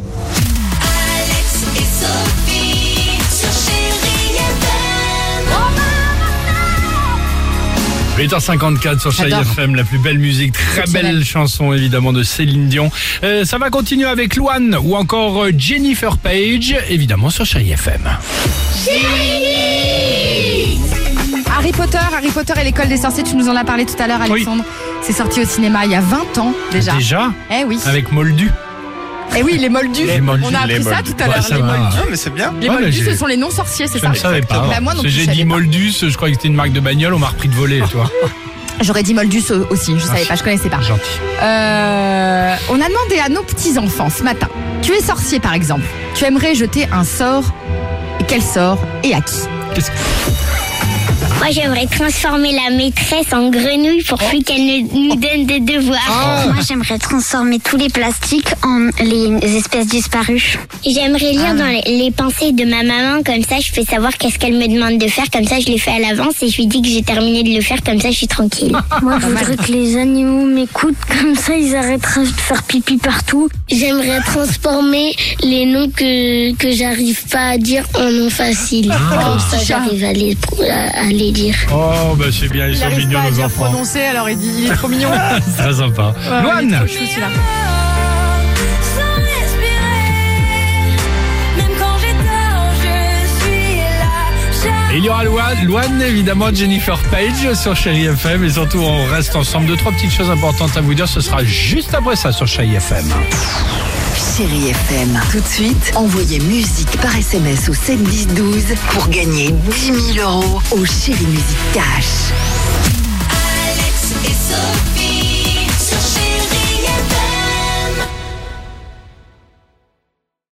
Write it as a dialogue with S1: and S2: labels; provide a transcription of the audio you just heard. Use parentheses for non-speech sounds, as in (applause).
S1: Alex et Sophie sur Chérie FM.
S2: 8h54 sur Chai
S3: J'adore.
S2: FM, la plus belle musique, très belle chanson évidemment de Céline Dion. Euh, ça va continuer avec Luan ou encore euh, Jennifer Page, évidemment sur Chai FM.
S3: Harry Potter, Harry Potter et l'école des sorciers, tu nous en as parlé tout à l'heure,
S2: Oui.
S3: Alexandre. C'est sorti au cinéma il y a 20 ans déjà.
S2: Déjà
S3: Eh oui.
S2: Avec Moldu.
S3: Eh oui, les moldus.
S2: Les moldus,
S3: On a appris
S2: les
S3: ça
S2: moldus.
S3: tout à
S2: Ouais,
S3: l'heure.
S2: ça
S3: les
S2: va.
S3: moldus.
S4: Non, mais c'est bien.
S3: Les
S2: Ouais,
S3: moldus,
S2: mais j'ai-
S3: ce sont les non-sorciers, c'est
S2: Je
S3: ça
S2: ne savais pas.
S3: Bah, moi non
S2: Parce
S3: plus,
S2: que
S3: je
S2: J'ai
S3: savais
S2: dit
S3: pas.
S2: Moldus, je crois que c'était une marque de bagnole, on m'a repris de voler, tu vois.
S3: J'aurais dit moldus euh,
S2: Ah,
S3: aussi, je savais pas, je connaissais pas.
S2: Gentil.
S3: Euh, on a demandé à nos petits-enfants ce matin. Tu es sorcier par exemple. Tu aimerais jeter un sort. Et quel sort et à qui
S2: Qu'est-ce que-
S5: Moi, j'aimerais transformer la maîtresse en grenouille pour plus qu'elle ne nous donne des devoirs.
S6: Moi, j'aimerais transformer tous les plastiques en les espèces disparues.
S5: J'aimerais lire dans les, les pensées de ma maman, comme ça je peux savoir qu'est-ce qu'elle me demande de faire, comme ça je l'ai fait à l'avance et je lui dis que j'ai terminé de le faire, comme ça je suis tranquille.
S6: Moi, je voudrais que les animaux m'écoutent, comme ça ils arrêteraient de faire pipi partout.
S5: J'aimerais transformer les noms que, que j'arrive pas à dire en noms faciles. Comme ça j'arrive à les, à les dire.
S2: Oh, bah c'est bien, ils sont mignons nos enfants.
S3: prononcer, alors il, dit, il est trop (laughs) mignon.
S2: C'est très sympa. Luan
S1: Sans respirer, même quand j'ai tort, je suis là. Jamais
S2: Et Il y aura Loane, Loane, évidemment, Jennifer Page sur Chéri FM et surtout on reste ensemble. Deux, trois petites choses importantes à vous dire, ce sera juste après ça sur Chéri FM.
S7: Chérie FM. Tout de suite, envoyez musique par SMS au 7 10 12 pour gagner 10 000 euros au Chérie Musique Cash.
S1: Alex et Sophie